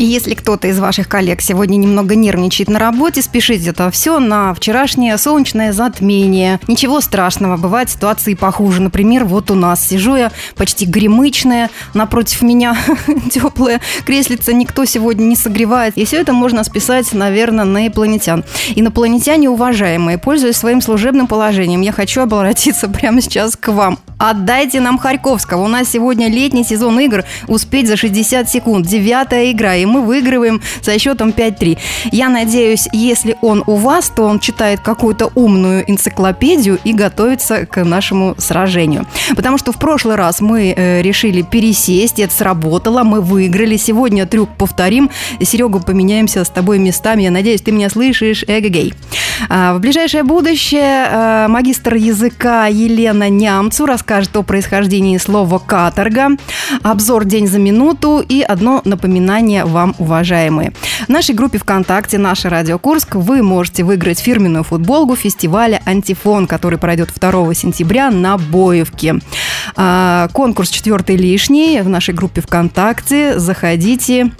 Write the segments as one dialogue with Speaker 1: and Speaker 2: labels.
Speaker 1: Если кто-то из ваших коллег сегодня немного нервничает на работе, спешите это все на вчерашнее солнечное затмение. Ничего страшного, бывают ситуации похуже. Например, вот у нас сижу я почти гремычная, напротив меня теплая креслица, никто сегодня не согревает. И все это можно списать, наверное, на инопланетян. Инопланетяне, уважаемые, пользуясь своим служебным положением, я хочу обратиться прямо сейчас к вам. Отдайте нам Харьковского. У нас сегодня летний сезон игр. Успеть за 60 секунд. Девятая игра. И мы выигрываем со счетом 5-3. Я надеюсь, если он у вас, то он читает какую-то умную энциклопедию и готовится к нашему сражению. Потому что в прошлый раз мы э, решили пересесть, это сработало, мы выиграли. Сегодня трюк повторим. Серега, поменяемся с тобой местами. Я надеюсь, ты меня слышишь. Эгегей. А в ближайшее будущее э, магистр языка Елена Нямцу расскажет о происхождении слова «каторга», обзор «День за минуту» и одно напоминание вам, уважаемые. В нашей группе ВКонтакте «Наша Радио Курск» вы можете выиграть фирменную футболку фестиваля «Антифон», который пройдет 2 сентября на Боевке. А, конкурс «Четвертый лишний» в нашей группе ВКонтакте. Заходите,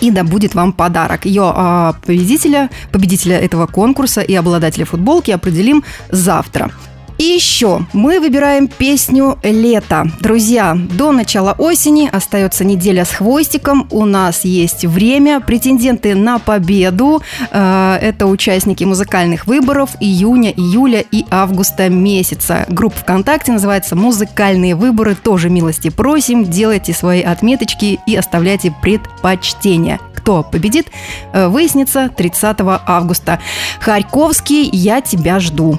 Speaker 1: и да будет вам подарок. Ее а, победителя, победителя этого конкурса и обладателя футболки определим завтра. И еще мы выбираем песню «Лето». Друзья, до начала осени остается неделя с хвостиком. У нас есть время. Претенденты на победу э, – это участники музыкальных выборов июня, июля и августа месяца. Группа ВКонтакте называется «Музыкальные выборы». Тоже милости просим. Делайте свои отметочки и оставляйте предпочтения кто победит, э, выяснится 30 августа. Харьковский, я тебя жду.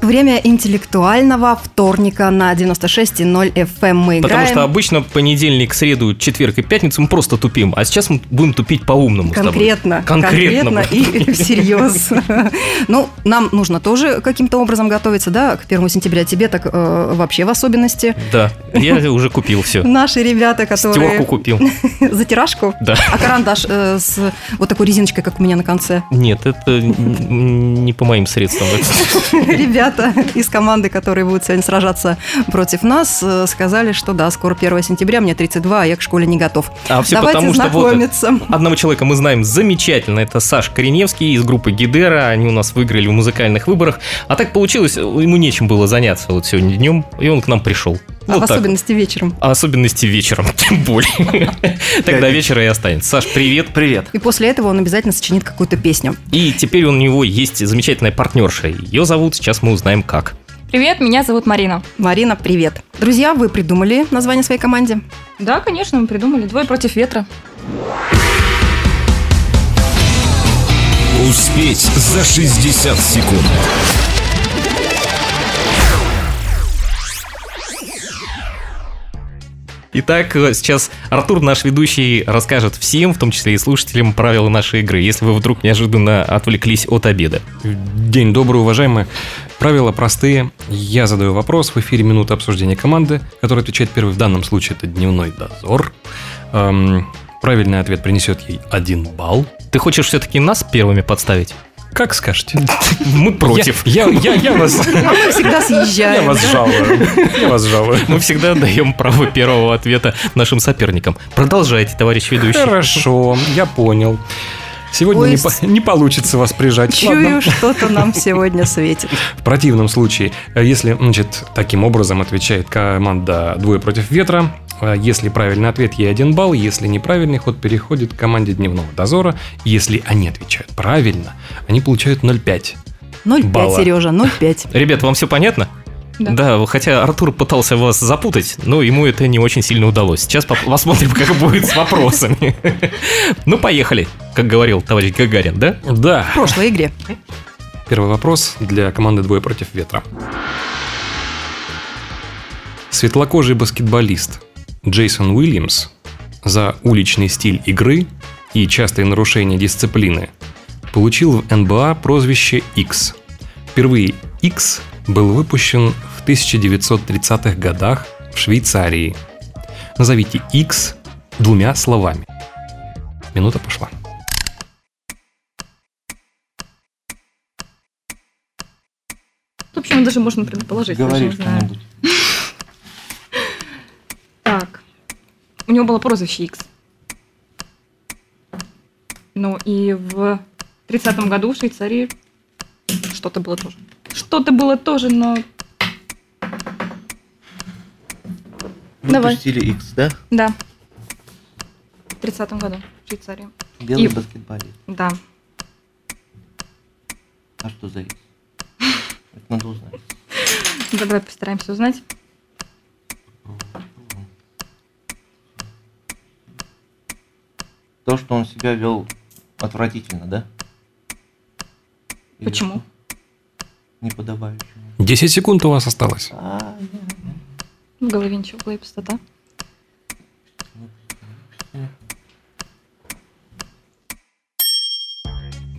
Speaker 1: Время интеллектуального вторника на 96.0 FM эм. мы играем.
Speaker 2: Потому что обычно понедельник, среду, четверг и пятницу мы просто тупим, а сейчас мы будем тупить по-умному
Speaker 1: конкретно,
Speaker 2: с тобой.
Speaker 1: Конкретно. Конкретно и всерьез. Ну, нам нужно тоже каким-то образом готовиться, да, к первому сентября. Тебе так э, вообще в особенности.
Speaker 2: Да, я уже купил все.
Speaker 1: Наши ребята, которые...
Speaker 2: Стерку купил.
Speaker 1: Затирашку?
Speaker 2: Да.
Speaker 1: А карандаш э, с вот такой резиночкой, как у меня на конце?
Speaker 2: Нет, это не по моим средствам.
Speaker 1: Ребята, ребята из команды, которые будут сегодня сражаться против нас, э, сказали, что да, скоро 1 сентября, мне 32, а я к школе не готов.
Speaker 2: А все
Speaker 1: Давайте
Speaker 2: потому,
Speaker 1: знакомиться.
Speaker 2: Что вот одного человека мы знаем замечательно, это Саш Кореневский из группы Гидера, они у нас выиграли в музыкальных выборах, а так получилось, ему нечем было заняться вот сегодня днем, и он к нам пришел.
Speaker 1: А вот в особенности так. вечером.
Speaker 2: А особенности вечером, тем более. Тогда вечера и останется. Саш, привет.
Speaker 3: Привет.
Speaker 1: И после этого он обязательно сочинит какую-то песню.
Speaker 2: И теперь у него есть замечательная партнерша. Ее зовут, сейчас мы узнаем как.
Speaker 4: Привет, меня зовут Марина.
Speaker 1: Марина, привет. Друзья, вы придумали название своей команде?
Speaker 4: Да, конечно, мы придумали. Двое против ветра.
Speaker 5: Успеть за 60 секунд.
Speaker 2: Итак, э, сейчас Артур, наш ведущий, расскажет всем, в том числе и слушателям, правила нашей игры, если вы вдруг неожиданно отвлеклись от обеда.
Speaker 6: День добрый, уважаемые. Правила простые. Я задаю вопрос, в эфире минута обсуждения команды, который отвечает первый, в данном случае это дневной дозор. Эм, правильный ответ принесет ей один балл.
Speaker 2: Ты хочешь все-таки нас первыми подставить?
Speaker 6: Как скажете.
Speaker 2: Мы против.
Speaker 6: Я, я, я, я вас...
Speaker 1: Мы всегда съезжаем.
Speaker 6: Я вас жалую. Я вас жалую.
Speaker 2: Мы всегда даем право первого ответа нашим соперникам. Продолжайте, товарищ ведущий.
Speaker 6: Хорошо, я понял. Сегодня
Speaker 1: Ой,
Speaker 6: не, по- не получится вас прижать.
Speaker 1: Чую, что-то нам сегодня светит.
Speaker 6: В противном случае, э, если, значит, таким образом отвечает команда «Двое против ветра», э, если правильный ответ, ей один балл, если неправильный ход переходит к команде «Дневного дозора», если они отвечают правильно, они получают 0,5.
Speaker 1: 0,5,
Speaker 6: Балла.
Speaker 1: Сережа, 0,5.
Speaker 2: Ребят, вам все понятно?
Speaker 4: Да.
Speaker 2: хотя Артур пытался вас запутать, но ему это не очень сильно удалось. Сейчас поп- посмотрим, как будет с вопросами. Ну, поехали, как говорил товарищ Гагарин, да?
Speaker 6: Да.
Speaker 1: В прошлой игре.
Speaker 6: Первый вопрос для команды «Двое против ветра». Светлокожий баскетболист Джейсон Уильямс за уличный стиль игры и частые нарушения дисциплины получил в НБА прозвище X. А Впервые X был выпущен в 1930-х годах в Швейцарии. Назовите X двумя словами. Минута пошла.
Speaker 4: В общем, даже можно предположить. даже
Speaker 3: Говори
Speaker 4: не знаю.
Speaker 3: что-нибудь.
Speaker 4: Так. У него было прозвище X. Ну и в 30-м году в Швейцарии что-то было тоже. Что-то было тоже, но... Давай.
Speaker 3: Выпустили X, да?
Speaker 4: Да. В 30-м году в Швейцарии.
Speaker 3: Белый
Speaker 4: И-
Speaker 3: баскетболист.
Speaker 4: Да.
Speaker 3: А что за X? Это надо узнать.
Speaker 4: Давай постараемся узнать.
Speaker 3: То, что он себя вел отвратительно, да? Или
Speaker 4: Почему?
Speaker 3: Неподобающе.
Speaker 6: 10 секунд у вас осталось.
Speaker 3: А,
Speaker 4: В голове ничего была и пустота.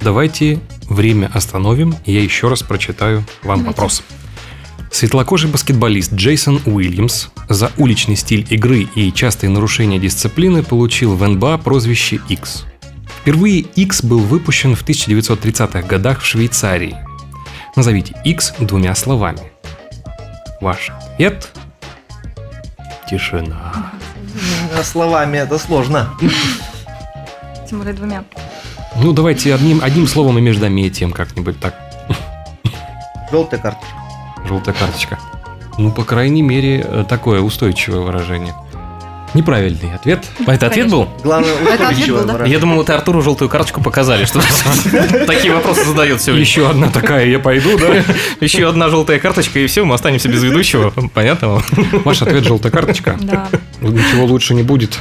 Speaker 6: Давайте время остановим, и я еще раз прочитаю вам
Speaker 4: Давайте.
Speaker 6: вопрос. Светлокожий баскетболист Джейсон Уильямс за уличный стиль игры и частые нарушения дисциплины получил в НБА прозвище X. Впервые X был выпущен в 1930-х годах в Швейцарии. Назовите X двумя словами. Ваш ответ? Тишина.
Speaker 3: а словами это сложно.
Speaker 4: Тем более двумя.
Speaker 6: Ну, давайте одним, одним словом и междометием как-нибудь так
Speaker 3: Желтая карточка.
Speaker 6: Желтая карточка. Ну, по крайней мере, э, такое устойчивое выражение. Неправильный ответ.
Speaker 2: А это ответ был?
Speaker 3: Главное,
Speaker 1: ответ
Speaker 3: устойчивое
Speaker 1: был, да?
Speaker 3: выражение.
Speaker 2: Я думал, это Артуру желтую карточку показали, что такие вопросы задает сегодня.
Speaker 6: Еще одна такая, я пойду, да?
Speaker 2: Еще одна желтая карточка, и все, мы останемся без ведущего. Понятно вам?
Speaker 6: Ваш ответ желтая карточка.
Speaker 4: Да.
Speaker 6: Ничего лучше не будет.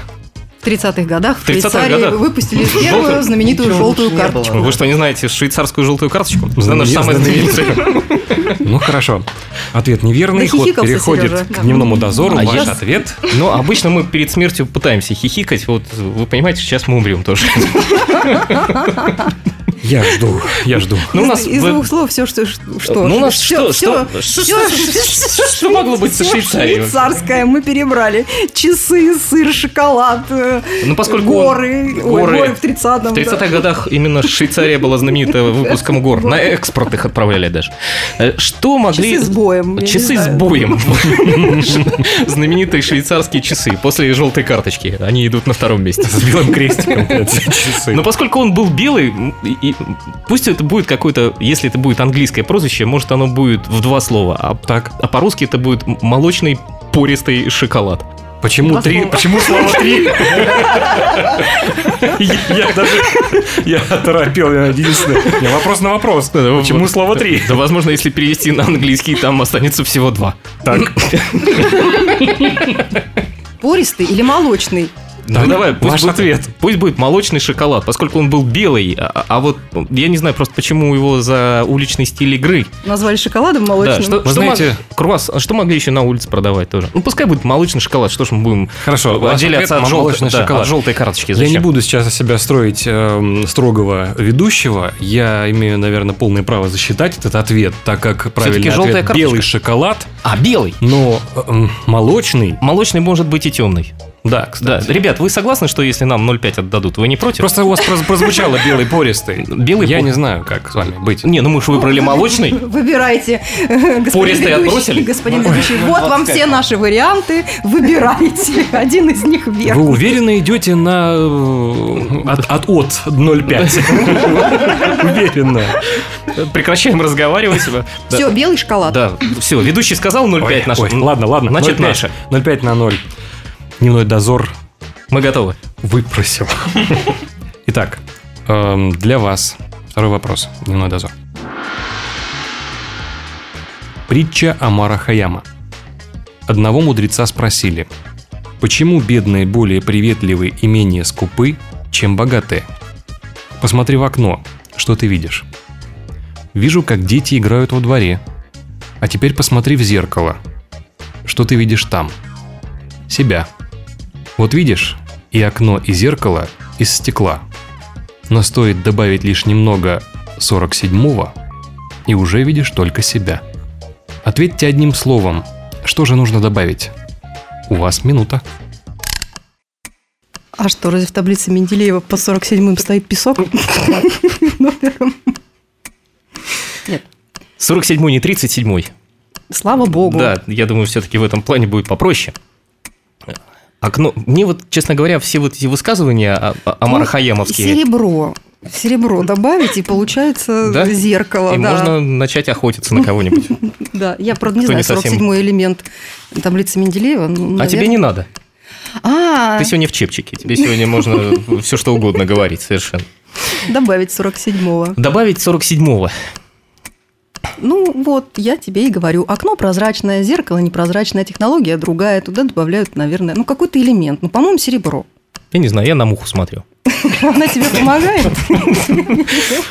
Speaker 1: В 30-х годах в
Speaker 2: 30-х
Speaker 1: Швейцарии
Speaker 2: годах?
Speaker 1: выпустили первую
Speaker 2: Желтую?
Speaker 1: знаменитую
Speaker 3: Ничего
Speaker 1: желтую
Speaker 3: лучше не
Speaker 1: карточку.
Speaker 3: было.
Speaker 2: Вы что, не знаете швейцарскую желтую карточку? Это наша
Speaker 6: Знаменит-
Speaker 2: самая знаменитая.
Speaker 6: Ну, хорошо. Ответ неверный.
Speaker 1: Да
Speaker 6: Ход
Speaker 1: хихикался
Speaker 6: переходит
Speaker 1: Сережа.
Speaker 6: к дневному дозору.
Speaker 2: А
Speaker 6: Ваш
Speaker 2: я-
Speaker 6: ответ.
Speaker 2: Но обычно мы перед смертью пытаемся хихикать. Вот вы понимаете, сейчас мы умрем тоже.
Speaker 6: Я жду, я жду.
Speaker 2: Ну, у
Speaker 1: Из-
Speaker 2: нас
Speaker 1: из
Speaker 2: в-
Speaker 1: двух слов все, что... что
Speaker 2: Ну, у нас
Speaker 1: всё-
Speaker 2: что-
Speaker 1: всё-
Speaker 2: что-
Speaker 1: всё-
Speaker 2: что-
Speaker 1: всё-
Speaker 2: что могло быть со
Speaker 1: всё
Speaker 2: Швейцарией?
Speaker 1: Швейцарское мы перебрали. Часы, сыр, шоколад, э,
Speaker 2: Ну, поскольку он-
Speaker 1: горы. Ой,
Speaker 2: горы.
Speaker 1: горы в 30-м. да.
Speaker 2: В 30-х годах именно Швейцария была знаменита выпуском гор. На экспорт их отправляли даже. Э, Что могли...
Speaker 1: Часы с боем. я не
Speaker 2: Часы с
Speaker 1: знаю.
Speaker 2: боем. Знаменитые швейцарские часы после желтой карточки. Они идут на втором месте.
Speaker 6: С белым крестиком. блядь, часы.
Speaker 2: Но поскольку он был белый, м, и- и пусть это будет какое-то, если это будет английское прозвище, может оно будет в два слова, а,
Speaker 6: Так,
Speaker 2: а по-русски это будет м- молочный пористый шоколад.
Speaker 6: почему
Speaker 1: Два
Speaker 6: три?
Speaker 1: слова.
Speaker 6: Почему слово три? Я я даже... Я оторопел, я единственный. Я вопрос на вопрос. Почему слово три?
Speaker 2: Да, возможно, если перевести на английский, там останется всего два.
Speaker 6: Так,
Speaker 1: Пористый или молочный?
Speaker 2: Ну давай, пусть
Speaker 6: ваш
Speaker 2: будет,
Speaker 6: ответ.
Speaker 2: пусть будет молочный шоколад, поскольку он был белый, а, а вот я не знаю просто почему его за уличный стиль игры.
Speaker 1: Назвали шоколадом
Speaker 2: Да,
Speaker 1: молочным?
Speaker 2: что,
Speaker 6: Вы
Speaker 2: что мог-
Speaker 6: знаете-
Speaker 2: круасс, а что могли еще на улице продавать тоже? Ну пускай будет молочный шоколад, что ж мы будем
Speaker 6: Хорошо, ваш
Speaker 2: отделяться
Speaker 6: ответ
Speaker 2: от, желтой-
Speaker 6: молочный
Speaker 2: да,
Speaker 6: шоколад.
Speaker 2: от желтой карточки.
Speaker 6: Я не
Speaker 2: Зачем?
Speaker 6: буду сейчас из себя строить эм, строгого ведущего. Я имею, наверное, полное право засчитать этот ответ, так как правильный
Speaker 2: желтая
Speaker 6: ответ
Speaker 2: карточка.
Speaker 6: белый шоколад,
Speaker 2: А белый?
Speaker 6: но эм, молочный.
Speaker 2: Молочный может быть и темный.
Speaker 6: Да,
Speaker 2: Да,
Speaker 6: кстати.
Speaker 2: ребят, вы согласны, что если нам 0,5 отдадут, вы не против?
Speaker 6: Просто у вас проз- прозвучало белый пористый.
Speaker 2: Белый
Speaker 6: Я
Speaker 2: пор-
Speaker 6: не знаю, как с вами быть.
Speaker 2: Не, ну мы же выбрали молочный.
Speaker 1: Выбирайте, э, господин
Speaker 2: Пористый
Speaker 1: ведущий,
Speaker 2: отбросили?
Speaker 1: господин ведущий. Вот вам все наши варианты. Выбирайте. Один из них
Speaker 6: Вы
Speaker 1: верный.
Speaker 6: уверенно идете на... э, От, от, от 0,5. Уверенно.
Speaker 2: Прекращаем разговаривать. Да.
Speaker 1: Все, белый шоколад.
Speaker 2: Да, все, ведущий сказал 0,5
Speaker 6: Ой,
Speaker 2: наш.
Speaker 6: ой, ладно, ладно.
Speaker 2: Значит,
Speaker 6: 0,5.
Speaker 2: наше.
Speaker 6: 0,5 на 0. Дневной дозор
Speaker 2: Мы готовы.
Speaker 6: выпросил. Итак, эм, для вас второй вопрос. Дневной дозор. Притча Амара Хаяма. Одного мудреца спросили, почему бедные более приветливы и менее скупы, чем богатые? Посмотри в окно, что ты видишь? Вижу, как дети играют во дворе. А теперь посмотри в зеркало. Что ты видишь там? Себя. Вот видишь, и окно, и зеркало из стекла. Но стоит добавить лишь немного 47-го, и уже видишь только себя. Ответьте одним словом. Что же нужно добавить? У вас минута.
Speaker 7: А что, разве в таблице Менделеева по 47-м стоит песок? Номером.
Speaker 2: 47-й, не 37-й.
Speaker 7: Слава богу.
Speaker 2: Да, я думаю, все-таки в этом плане будет попроще. Окно. Мне вот, честно говоря, все вот эти высказывания а- а- Амара
Speaker 1: Ну,
Speaker 2: Хаямовские,
Speaker 1: Серебро. Серебро добавить, и получается
Speaker 2: Да?
Speaker 1: зеркало.
Speaker 2: и
Speaker 1: да.
Speaker 2: можно начать охотиться на кого-нибудь.
Speaker 1: да. Я, правда, не
Speaker 2: Кто не
Speaker 1: знаю,
Speaker 2: совсем-
Speaker 1: 47-й элемент таблицы Менделеева. ну,
Speaker 2: А тебе
Speaker 1: наверное.
Speaker 2: не надо.
Speaker 1: А,
Speaker 2: Ты сегодня в чепчике. Тебе сегодня можно все что угодно говорить совершенно.
Speaker 7: Добавить 47-го.
Speaker 2: Добавить 47-го.
Speaker 7: Ну вот, я тебе и говорю. Окно прозрачное, зеркало непрозрачная технология, другая. Туда добавляют, наверное, ну какой-то элемент. Ну, по-моему, серебро.
Speaker 2: Я не знаю, я на муху смотрю.
Speaker 7: Она тебе помогает?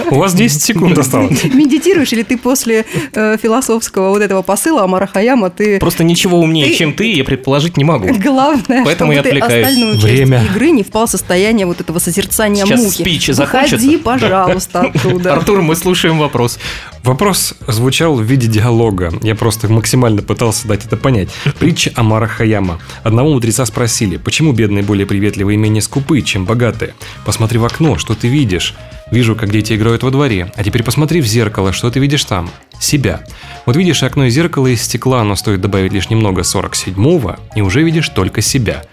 Speaker 6: У вас 10 секунд осталось.
Speaker 7: Медитируешь или ты после э, философского вот этого посыла Амара Хаяма ты...
Speaker 2: Просто ничего умнее,
Speaker 7: Ты-
Speaker 2: чем ты, я предположить не могу.
Speaker 7: Главное,
Speaker 2: Поэтому я
Speaker 7: чтобы ты
Speaker 2: отвлекаюсь.
Speaker 7: остальную
Speaker 6: Время.
Speaker 7: часть игры не впал в состояние вот этого созерцания
Speaker 2: Сейчас
Speaker 7: мухи.
Speaker 2: спич закончится.
Speaker 7: Выходи, пожалуйста, оттуда.
Speaker 2: Артур, мы слушаем вопрос.
Speaker 6: Вопрос звучал в виде диалога. Я просто максимально пытался дать это понять. Притча Амара Хаяма. Одного мудреца спросили, почему бедные более приветливые и менее скупы, чем богатые? Посмотри в окно, что ты видишь? Вижу, как дети играют во дворе. А теперь посмотри в зеркало, что ты видишь там? Себя. Вот видишь окно и зеркало из стекла, но стоит добавить лишь немного 47-го, и уже видишь только себя.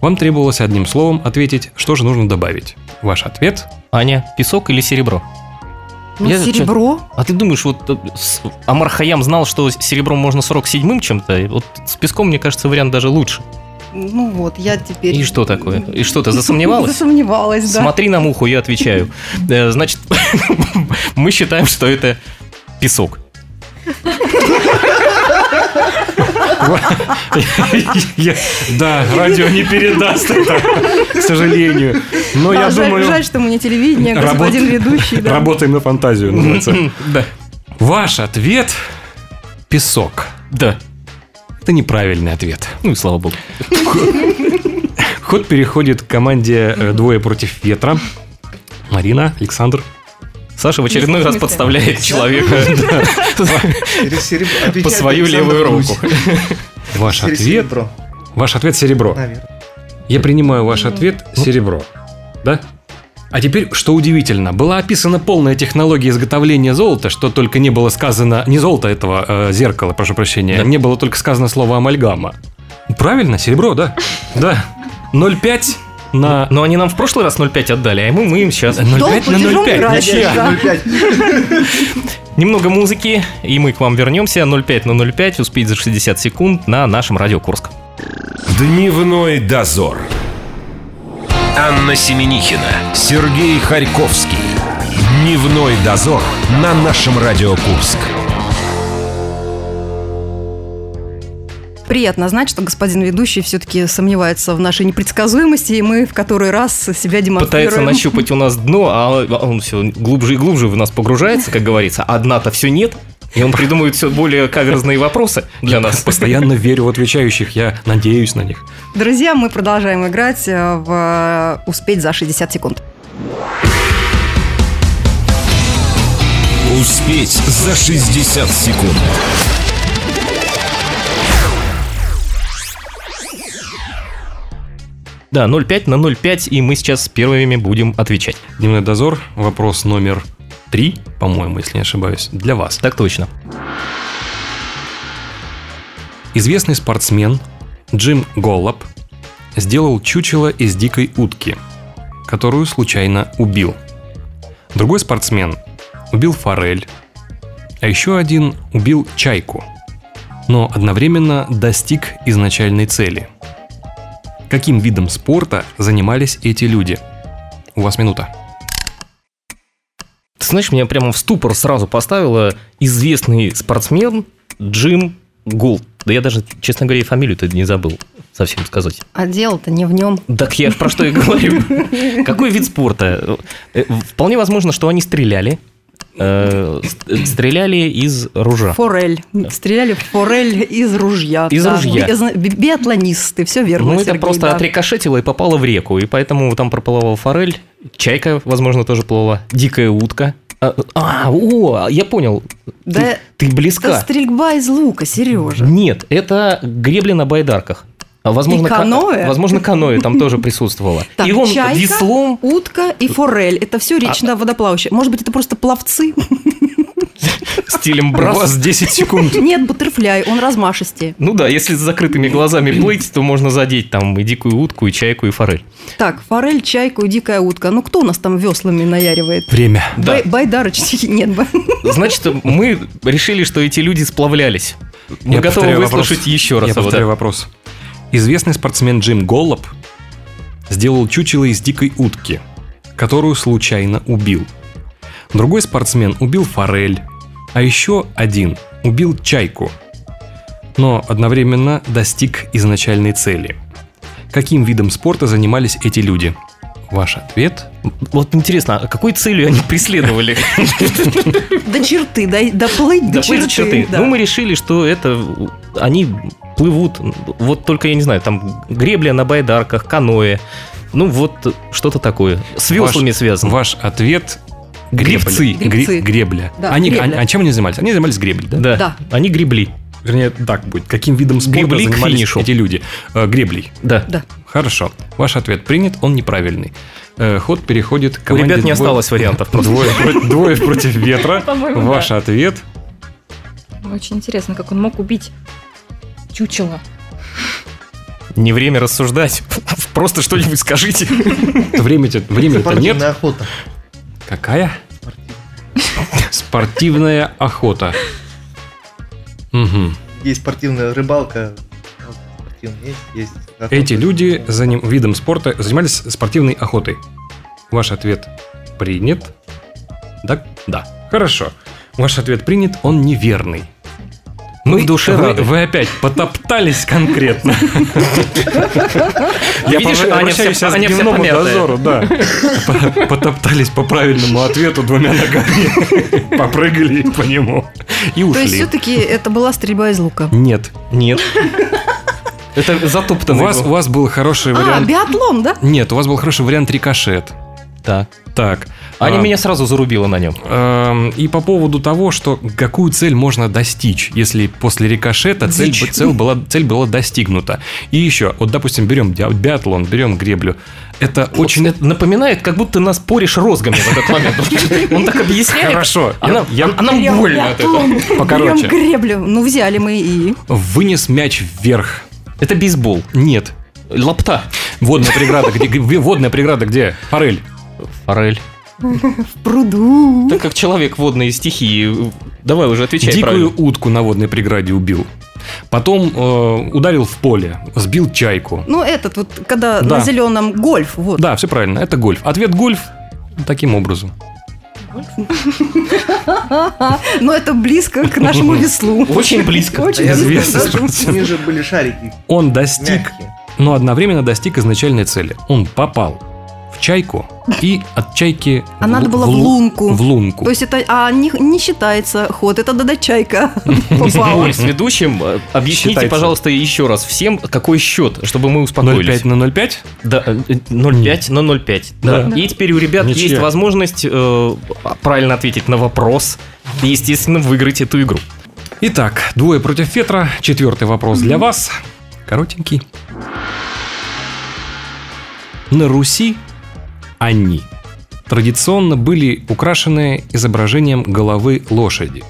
Speaker 6: Вам требовалось одним словом ответить, что же нужно добавить. Ваш ответ
Speaker 2: Аня, песок или серебро?
Speaker 1: ну,
Speaker 2: Я-
Speaker 1: серебро.
Speaker 2: А ты думаешь, вот э, с- Амар Хаям знал, что с серебром можно 47-м чем-то? Вот с песком, мне кажется, вариант даже лучше.
Speaker 1: Ну вот, я теперь...
Speaker 2: И что такое? И что, ты засомневалась?
Speaker 7: Засомневалась, да.
Speaker 2: Смотри на муху, я отвечаю. Э, Значит, мы считаем, что это песок.
Speaker 6: Я- Да, радио не передаст это, к сожалению. Но
Speaker 7: Да,
Speaker 6: я
Speaker 7: А, жаль,
Speaker 6: думаю,
Speaker 7: жаль, что мы не телевидение, а
Speaker 6: Работ-
Speaker 7: господин ведущий. да.
Speaker 6: работаем на фантазию, называется.
Speaker 2: Да.
Speaker 6: Ваш ответ – песок.
Speaker 2: Да.
Speaker 6: Это неправильный ответ.
Speaker 2: Ну и слава богу.
Speaker 6: Ход переходит к команде э, «Двое против ветра». Марина, Александр.
Speaker 2: Саша в очередной раз
Speaker 4: Смысле?
Speaker 2: подставляет человека
Speaker 8: Через серебро.
Speaker 2: по
Speaker 8: Отвечает
Speaker 2: свою
Speaker 8: Александр
Speaker 2: левую
Speaker 8: Русь.
Speaker 2: руку.
Speaker 6: Ваш
Speaker 8: Через
Speaker 6: ответ,
Speaker 8: серебро,
Speaker 6: ваш ответ – серебро.
Speaker 8: наверное.
Speaker 6: Я принимаю ваш ответ – серебро. Да? А теперь, что удивительно, была описана полная технология изготовления золота, что только не было сказано, не золото этого, э, зеркала, прошу прощения,
Speaker 2: Да.
Speaker 6: не было только сказано слово амальгама. Правильно, серебро, да? Да. 0,5 на...
Speaker 2: Но ну, они нам в прошлый раз 0,5 отдали, а ему мы им сейчас.
Speaker 6: 0,5 на
Speaker 7: Долг платежом
Speaker 6: 0,5.
Speaker 7: красишь,
Speaker 6: ничья.
Speaker 7: да.
Speaker 8: 0,5.
Speaker 2: Немного музыки, и мы к вам вернемся. 0,5 на 0,5, успеть за 60 секунд на нашем Радио Курск.
Speaker 5: Дневной дозор. Анна Семенихина, Сергей Харьковский. Дневной дозор на нашем Радио Курск.
Speaker 7: Приятно знать, что господин ведущий все-таки сомневается в нашей непредсказуемости, и мы в который раз себя демонстрируем.
Speaker 2: Пытается нащупать у нас дно, а он все глубже и глубже в нас погружается, как говорится. А дна-то все нет, и он придумывает все более каверзные вопросы для нас.
Speaker 6: Постоянно верю в отвечающих, я надеюсь на них.
Speaker 7: Друзья, мы продолжаем играть э, в э, «Успеть за 60 секунд».
Speaker 5: Успеть за 60 секунд.
Speaker 2: Да, 0,5 на 0,5, и мы сейчас первыми будем отвечать.
Speaker 6: Дневной дозор, вопрос номер 3, по-моему, если не ошибаюсь, для вас.
Speaker 2: Так точно.
Speaker 6: Известный спортсмен Джим Голлоп сделал чучело из дикой утки, которую случайно убил. Другой спортсмен убил форель, а еще один убил чайку, но одновременно достиг изначальной цели. Каким видом спорта занимались эти люди? У вас минута.
Speaker 2: Ты знаешь, меня прямо в ступор сразу поставила известный спортсмен Джим Голд. Да я даже, честно говоря, и фамилию-то не забыл совсем сказать.
Speaker 1: А дело-то не в нем.
Speaker 2: Так я ж про что и говорю. Какой вид спорта? Э, Вполне возможно, что они стреляли. Э, с- Стреляли из ружа.
Speaker 7: Форель. Стреляли в форель из ружья.
Speaker 2: Из
Speaker 7: да.
Speaker 2: ружья.
Speaker 7: Би- би- биатлонисты, все верно,
Speaker 2: Ну, это
Speaker 7: Сергей,
Speaker 2: просто
Speaker 7: да.
Speaker 2: отрикошетило и попало в реку, и поэтому там проплывала форель, чайка, возможно, тоже плыла, дикая утка, А, а, о, я понял.
Speaker 7: Да,
Speaker 2: Ты
Speaker 7: это
Speaker 2: близка.
Speaker 7: стрельба из лука, Сережа.
Speaker 2: Нет, это гребли на байдарках. А, Возможно,
Speaker 7: И
Speaker 2: ка-
Speaker 7: каноэ?
Speaker 2: возможно, каноэ там тоже присутствовало.
Speaker 7: Так,
Speaker 2: и он
Speaker 7: чайка?
Speaker 2: веслом... А-
Speaker 7: Утка и форель. Это все речно водоплавающие. Может быть, это просто пловцы?
Speaker 2: Стилем
Speaker 6: У вас
Speaker 2: брас.
Speaker 6: 10 секунд.
Speaker 7: Нет, бутерфляй, он размашистее.
Speaker 2: Ну да, если с закрытыми глазами плыть, то можно задеть там и дикую утку, и чайку, и форель.
Speaker 7: Так, форель, чайку и дикая утка. Ну, кто у нас там веслами наяривает?
Speaker 6: Время.
Speaker 2: Да.
Speaker 7: Бай- Байдарочники нет. ба-
Speaker 2: Значит, мы решили, что эти люди сплавлялись. Мы
Speaker 6: Я
Speaker 2: готовы
Speaker 6: повторяю
Speaker 2: выслушать
Speaker 6: вопрос.
Speaker 2: еще раз
Speaker 6: Я
Speaker 2: его,
Speaker 6: повторяю
Speaker 2: да.
Speaker 6: вопрос. Известный спортсмен Джим Голлоп сделал чучело из дикой утки, которую случайно убил. Другой спортсмен убил форель, а еще один убил чайку, но одновременно достиг изначальной цели. Каким видом спорта занимались эти люди? Ваш ответ?
Speaker 2: Вот интересно, а какой целью они преследовали?
Speaker 7: До черты, дай- доплыть до
Speaker 2: Доплыть
Speaker 7: черты.
Speaker 2: до черты.
Speaker 7: да.
Speaker 2: Ну, мы решили, что это они плывут, вот только, я не знаю, там гребля на байдарках, каноэ, ну вот что-то такое. С веслами связано.
Speaker 6: Ваш ответ – гребцы.
Speaker 2: Гребцы.
Speaker 7: Гребцы.
Speaker 6: Гре- гребля.
Speaker 7: Да,
Speaker 6: Они,
Speaker 7: гребля.
Speaker 6: а- а чем они занимались? Они занимались греблей, да?
Speaker 2: Да.
Speaker 7: Да.
Speaker 2: они гребли.
Speaker 6: Вернее, так будет. Каким видом спорта
Speaker 2: Гребли к
Speaker 6: занимались
Speaker 2: финишу.
Speaker 6: эти люди? Э, греблей.
Speaker 2: Да.
Speaker 7: Да.
Speaker 6: Хорошо. Ваш ответ принят, он неправильный. Э, ход переходит к
Speaker 2: У
Speaker 6: команде...
Speaker 2: ребят не
Speaker 6: двое-
Speaker 2: осталось вариантов.
Speaker 6: Двое, про- двое против ветра.
Speaker 4: По-моему, да.
Speaker 6: Ваш ответ.
Speaker 4: Ну, Очень интересно, как он мог убить чучело.
Speaker 2: Не время рассуждать. Просто что-нибудь скажите.
Speaker 6: Время-то времени-то нет.
Speaker 8: Спортивная охота.
Speaker 6: Какая? Спортивная охота. Мгм.
Speaker 8: Есть спортивная рыбалка. спортивная Есть, есть охота.
Speaker 6: Эти люди заним- видом спорта занимались спортивной охотой. Ваш ответ принят. Да? Да. Хорошо. Ваш ответ принят, он неверный.
Speaker 2: Мы
Speaker 6: Вы-
Speaker 2: в душе
Speaker 6: вы,
Speaker 2: рады.
Speaker 6: вы опять потоптались конкретно. Я
Speaker 2: Видишь,
Speaker 6: пов-
Speaker 2: Аня
Speaker 6: обращаюсь
Speaker 2: вся-
Speaker 6: сейчас к
Speaker 2: Аня вся
Speaker 6: дневному
Speaker 2: помятая.
Speaker 6: дозору, да. По- Потоптались по правильному ответу двумя ногами. Попрыгали по нему.
Speaker 7: То
Speaker 6: И
Speaker 7: есть
Speaker 6: ушли.
Speaker 7: все-таки это была стрельба из лука.
Speaker 6: Нет.
Speaker 2: Нет. Это
Speaker 6: У
Speaker 2: затоптанный
Speaker 6: вас, у
Speaker 2: был.
Speaker 6: вас был хороший
Speaker 7: А,
Speaker 6: вариант.
Speaker 7: биатлон, да?
Speaker 6: Нет, у вас был хороший вариант рикошет.
Speaker 2: Да.
Speaker 6: Так.
Speaker 2: Аня
Speaker 6: а,
Speaker 2: меня сразу зарубила на нем.
Speaker 6: эм, И по поводу того, что какую цель можно достичь, если после рикошета цель, бы- цель была, цель была достигнута. И еще, вот, допустим, берем диа- биатлон, берем греблю. Это очень...
Speaker 2: Это напоминает, как будто нас поришь розгами в этот момент. Он так объясняет.
Speaker 6: Хорошо,
Speaker 2: А
Speaker 6: я-
Speaker 2: нам-
Speaker 6: я,
Speaker 2: а нам больно от этого.
Speaker 6: покороче.
Speaker 7: Берем греблю. Ну, взяли мы и...
Speaker 6: Вынес мяч вверх.
Speaker 2: Это бейсбол.
Speaker 6: Нет.
Speaker 2: Лапта.
Speaker 6: Водная преграда где? где- Водная преграда где? Форель.
Speaker 2: Форель.
Speaker 7: В пруду.
Speaker 2: Так как человек водные стихии, давай уже отвечай
Speaker 6: Дикую
Speaker 2: правильно.
Speaker 6: утку на водной преграде убил. Потом э, ударил в поле, сбил чайку.
Speaker 7: Ну, этот вот, когда
Speaker 6: Да.
Speaker 7: на зеленом гольф, вот.
Speaker 6: Да, все правильно, это гольф. Ответ гольф таким образом.
Speaker 7: Но это близко к нашему веслу.
Speaker 2: Очень близко.
Speaker 8: А
Speaker 7: Очень
Speaker 8: я
Speaker 7: близко.
Speaker 8: думаю,
Speaker 6: известный
Speaker 8: даже
Speaker 6: спортсмен.
Speaker 8: У них же были шарики
Speaker 6: Он достиг,
Speaker 8: мягкие.
Speaker 6: но одновременно достиг изначальной цели. Он попал в чайку и от чайки
Speaker 7: А
Speaker 6: в
Speaker 7: надо
Speaker 6: лу-
Speaker 7: было в
Speaker 6: лу-
Speaker 7: лунку.
Speaker 6: В лунку.
Speaker 7: То есть это а, не, не считается ход, это да чайка попала.
Speaker 2: Оль, с ведущим, э, объясните,
Speaker 6: Считается.
Speaker 2: пожалуйста, еще раз всем, какой счет, чтобы мы
Speaker 6: 0,5
Speaker 2: успокоились.
Speaker 6: на 0,5?
Speaker 2: Да, э, 0,5 на 0,5. Да.
Speaker 6: Да.
Speaker 2: И теперь у ребят
Speaker 6: Ничья.
Speaker 2: есть возможность э, правильно ответить на вопрос и, естественно, выиграть эту игру.
Speaker 6: Итак, двое против ветра. Четвертый вопрос для вас. Коротенький. На Руси они традиционно были украшены изображением головы лошади,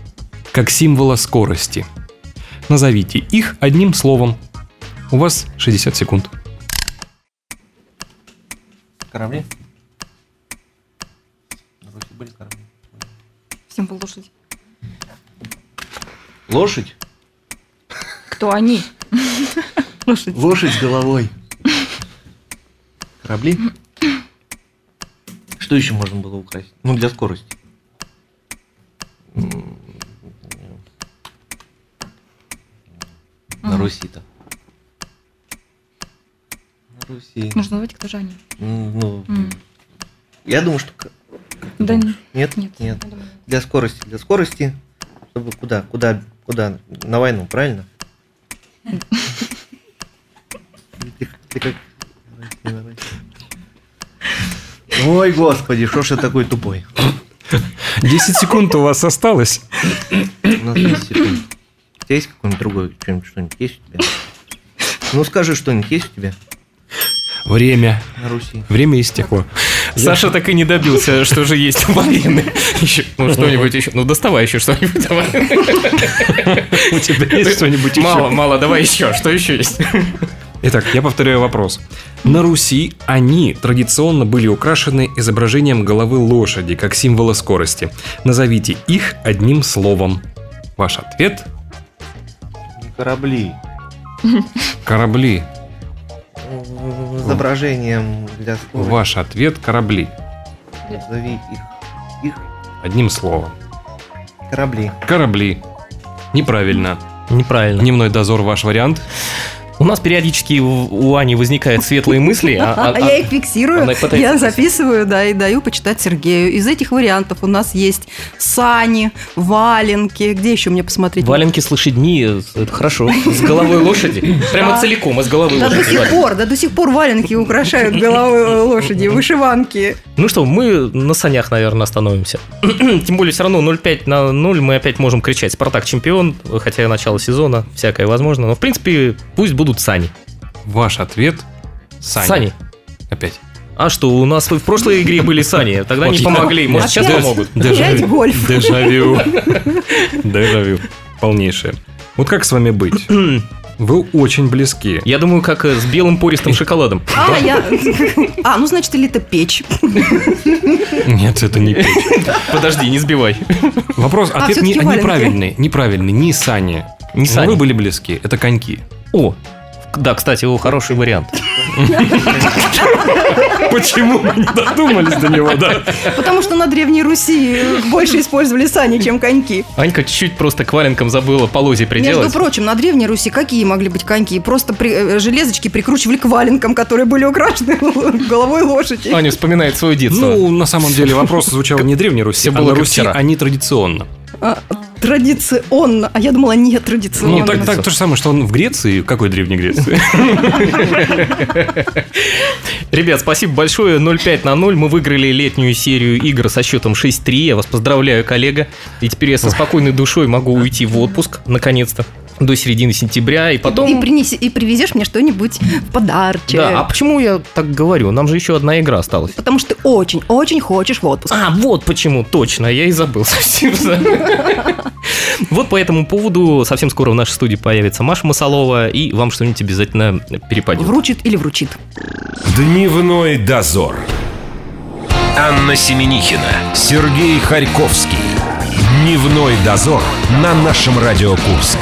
Speaker 6: как символа скорости. Назовите их одним словом. У вас 60 секунд.
Speaker 3: Корабли? На Руси были корабли.
Speaker 4: Символ лошади.
Speaker 3: Лошадь?
Speaker 4: Кто они? Лошадь.
Speaker 8: Лошадь с головой.
Speaker 3: Корабли? Что еще можно было украсть? Ну, для скорости. М, На
Speaker 4: Мгм.
Speaker 3: Руси-то. На Руси.
Speaker 4: Нужно назвать, кто же они.
Speaker 3: М, Ну,
Speaker 4: М.
Speaker 3: я думаю, что... к-
Speaker 4: Да
Speaker 3: думаешь? Нет?
Speaker 4: нет.
Speaker 3: Нет. Для скорости, для скорости. Чтобы куда, куда, куда? На войну, правильно? Ты- ты как- Ой, господи, что ж я такой тупой?
Speaker 6: 10 секунд у вас осталось.
Speaker 3: У нас 10 секунд. У тебя есть какой-нибудь другой, что-нибудь, что-нибудь есть у тебя? Ну, скажи что-нибудь, есть у тебя
Speaker 6: Время.
Speaker 3: на Руси?
Speaker 6: Время истекло.
Speaker 2: Саша так и не добился, что же есть у Полины. Еще, ну, что-нибудь еще. Ну, доставай еще что-нибудь. Давай.
Speaker 6: У тебя есть что-нибудь еще?
Speaker 2: Мало, мало, давай еще. Что еще есть?
Speaker 6: Итак, я повторяю вопрос. На Руси они традиционно были украшены изображением головы лошади как символа скорости. Назовите их одним словом. Ваш ответ
Speaker 9: Корабли.
Speaker 6: – корабли.
Speaker 3: С изображением для скорости.
Speaker 6: Ваш ответ – корабли.
Speaker 3: Назови их.
Speaker 6: Одним словом.
Speaker 3: Корабли.
Speaker 6: Корабли. Неправильно.
Speaker 2: Неправильно.
Speaker 6: Дневной дозор – ваш вариант.
Speaker 2: У нас периодически в- у Ани возникают светлые мысли. а- а-
Speaker 1: А я их фиксирую,
Speaker 2: она их пытается
Speaker 1: я
Speaker 2: записать.
Speaker 1: записываю, да, и даю почитать Сергею. Из этих вариантов у нас есть сани, валенки. Где еще мне посмотреть?
Speaker 2: Валенки с лошадьми, э, это хорошо. С головой лошади. Прямо
Speaker 1: Да.
Speaker 2: целиком, из головы
Speaker 1: Да до
Speaker 2: лошади.
Speaker 1: сих
Speaker 2: валенки.
Speaker 1: пор, да до сих пор валенки украшают головы лошади, вышиванки.
Speaker 2: Ну что, мы на санях, наверное, остановимся. Тем более, все равно 0-5 на 0 мы опять можем кричать «Спартак чемпион», хотя и начало сезона, всякое возможно. Но, в принципе, пусть будут сани.
Speaker 6: Ваш ответ – сани.
Speaker 2: Сани.
Speaker 6: Опять.
Speaker 2: А что, у нас в прошлой игре были сани, тогда
Speaker 6: Вот
Speaker 2: не
Speaker 6: я-
Speaker 2: помогли, может,
Speaker 6: Опять?
Speaker 2: сейчас помогут.
Speaker 1: Играть в гольф.
Speaker 6: Дежавю. Дежавю. Полнейшее. Вот как с вами быть? Вы очень близки.
Speaker 2: Я думаю, как э, с белым пористым шоколадом.
Speaker 1: А, я... А, ну, значит, или это печь.
Speaker 6: Нет, это не печь.
Speaker 2: Подожди, не сбивай.
Speaker 6: Вопрос,
Speaker 1: А,
Speaker 6: ответ не-
Speaker 1: всё-таки валенки.
Speaker 6: неправильный. Неправильный, не сани.
Speaker 2: Не
Speaker 6: Но
Speaker 2: сани.
Speaker 6: Вы были близки, это коньки.
Speaker 2: О, да, кстати, о, хороший вариант.
Speaker 6: Почему мы не додумались до него, да?
Speaker 1: Потому что на Древней Руси больше использовали сани, чем коньки.
Speaker 2: Анька чуть-чуть просто к валенкам забыла полозья
Speaker 1: Между
Speaker 2: приделать.
Speaker 1: прочим, на Древней Руси какие могли быть коньки? Просто при- э, железочки прикручивали к валенкам, которые были украшены головой лошади.
Speaker 2: Аня вспоминает свое детство.
Speaker 6: Ну, на самом деле вопрос звучал не Древней Руси,
Speaker 2: Всё
Speaker 6: а
Speaker 2: было
Speaker 6: на
Speaker 2: как
Speaker 6: Руси
Speaker 2: вчера.
Speaker 6: они традиционно.
Speaker 1: А, традиционно. А я думала, не традиционно.
Speaker 6: Ну, так, так то же самое, что он в Греции. Какой Древней Греции?
Speaker 2: Ребят, спасибо большое. 0-5 на 0. Мы выиграли летнюю серию игр со счетом 6-3. Я вас поздравляю, коллега. И теперь я со спокойной душой могу уйти в отпуск, наконец-то, до середины сентября. И потом...
Speaker 1: И, принеси, и привезешь мне что-нибудь в подарочек.
Speaker 2: Да, а почему я так говорю? Нам же еще одна игра осталась.
Speaker 1: Потому что ты очень-очень хочешь в отпуск.
Speaker 2: А, вот почему, точно, я и забыл совсем. Вот по этому поводу совсем скоро в нашей студии появится Маша Масалова, и вам что-нибудь обязательно перепадет.
Speaker 1: Вручит или вручит.
Speaker 5: Дневной дозор. Анна Семенихина, Сергей Харьковский. Дневной дозор на нашем Радио Курск.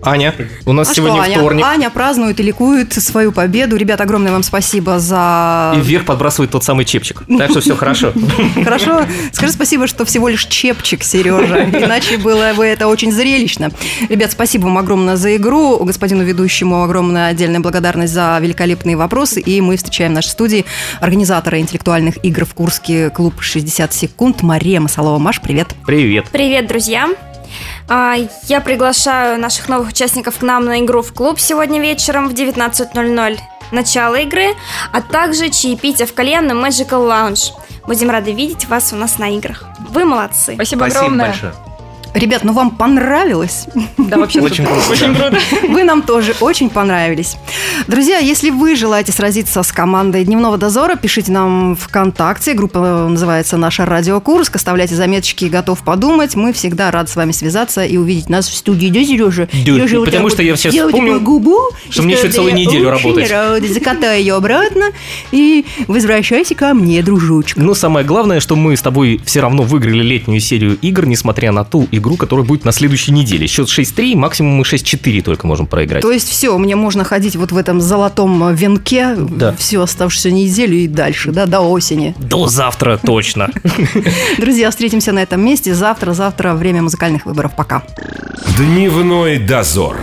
Speaker 2: Аня, у нас
Speaker 1: А
Speaker 2: сегодня
Speaker 1: что, Аня?
Speaker 2: вторник.
Speaker 1: Аня празднует и ликует свою победу. Ребят, огромное вам спасибо за...
Speaker 2: И вверх подбрасывает тот самый чепчик. Так что все хорошо.
Speaker 1: Хорошо. Скажи спасибо, что всего лишь чепчик, Сережа. Иначе было бы это очень зрелищно. Ребят, спасибо вам огромное за игру. Господину ведущему огромная отдельная благодарность за великолепные вопросы. И мы встречаем в нашей студии организатора интеллектуальных игр в Курске клуб «60 секунд» Мария Масалова. Маш, привет.
Speaker 2: Привет.
Speaker 10: Привет, друзья! А, Я приглашаю наших новых участников к нам на игру в клуб сегодня вечером в 19.00. Начало игры, а также чаепитие в кальянном Magical Lounge. Будем рады видеть вас у нас на играх. Вы молодцы!
Speaker 4: Спасибо,
Speaker 3: Спасибо
Speaker 4: огромное.
Speaker 3: большое.
Speaker 1: Ребят, ну вам понравилось?
Speaker 4: Да, вообще
Speaker 3: Очень
Speaker 4: супер.
Speaker 3: круто,
Speaker 4: Очень
Speaker 3: да.
Speaker 4: круто.
Speaker 1: Вы нам тоже очень понравились. Друзья, если вы желаете сразиться с командой Дневного дозора, пишите нам ВКонтакте. Группа э, называется «Наша радиокурск». Оставляйте заметочки «Готов подумать». Мы всегда рады с вами связаться и увидеть нас в студии. Да, Сережа? Сережа, вот
Speaker 2: потому
Speaker 1: так
Speaker 2: что
Speaker 1: вот
Speaker 2: я сейчас
Speaker 1: делаю
Speaker 2: вспомнил,
Speaker 1: такую губу,
Speaker 2: что мне еще целую
Speaker 1: я
Speaker 2: неделю
Speaker 1: очень
Speaker 2: работать.
Speaker 1: рада. Закатай ее обратно и возвращайся ко мне, дружочек.
Speaker 2: Но Ну, самое главное, что мы с тобой все равно выиграли летнюю серию игр, несмотря на ту игру, которая будет на следующей неделе. Счет 6-3, максимум мы 6-4 только можем проиграть.
Speaker 1: То есть все, мне можно ходить вот в этом золотом э, венке
Speaker 2: Да.
Speaker 1: всю оставшуюся неделю и дальше, да, до осени.
Speaker 2: До завтра точно.
Speaker 1: Друзья, встретимся на этом месте завтра. Завтра время музыкальных выборов. Пока.
Speaker 5: Дневной дозор.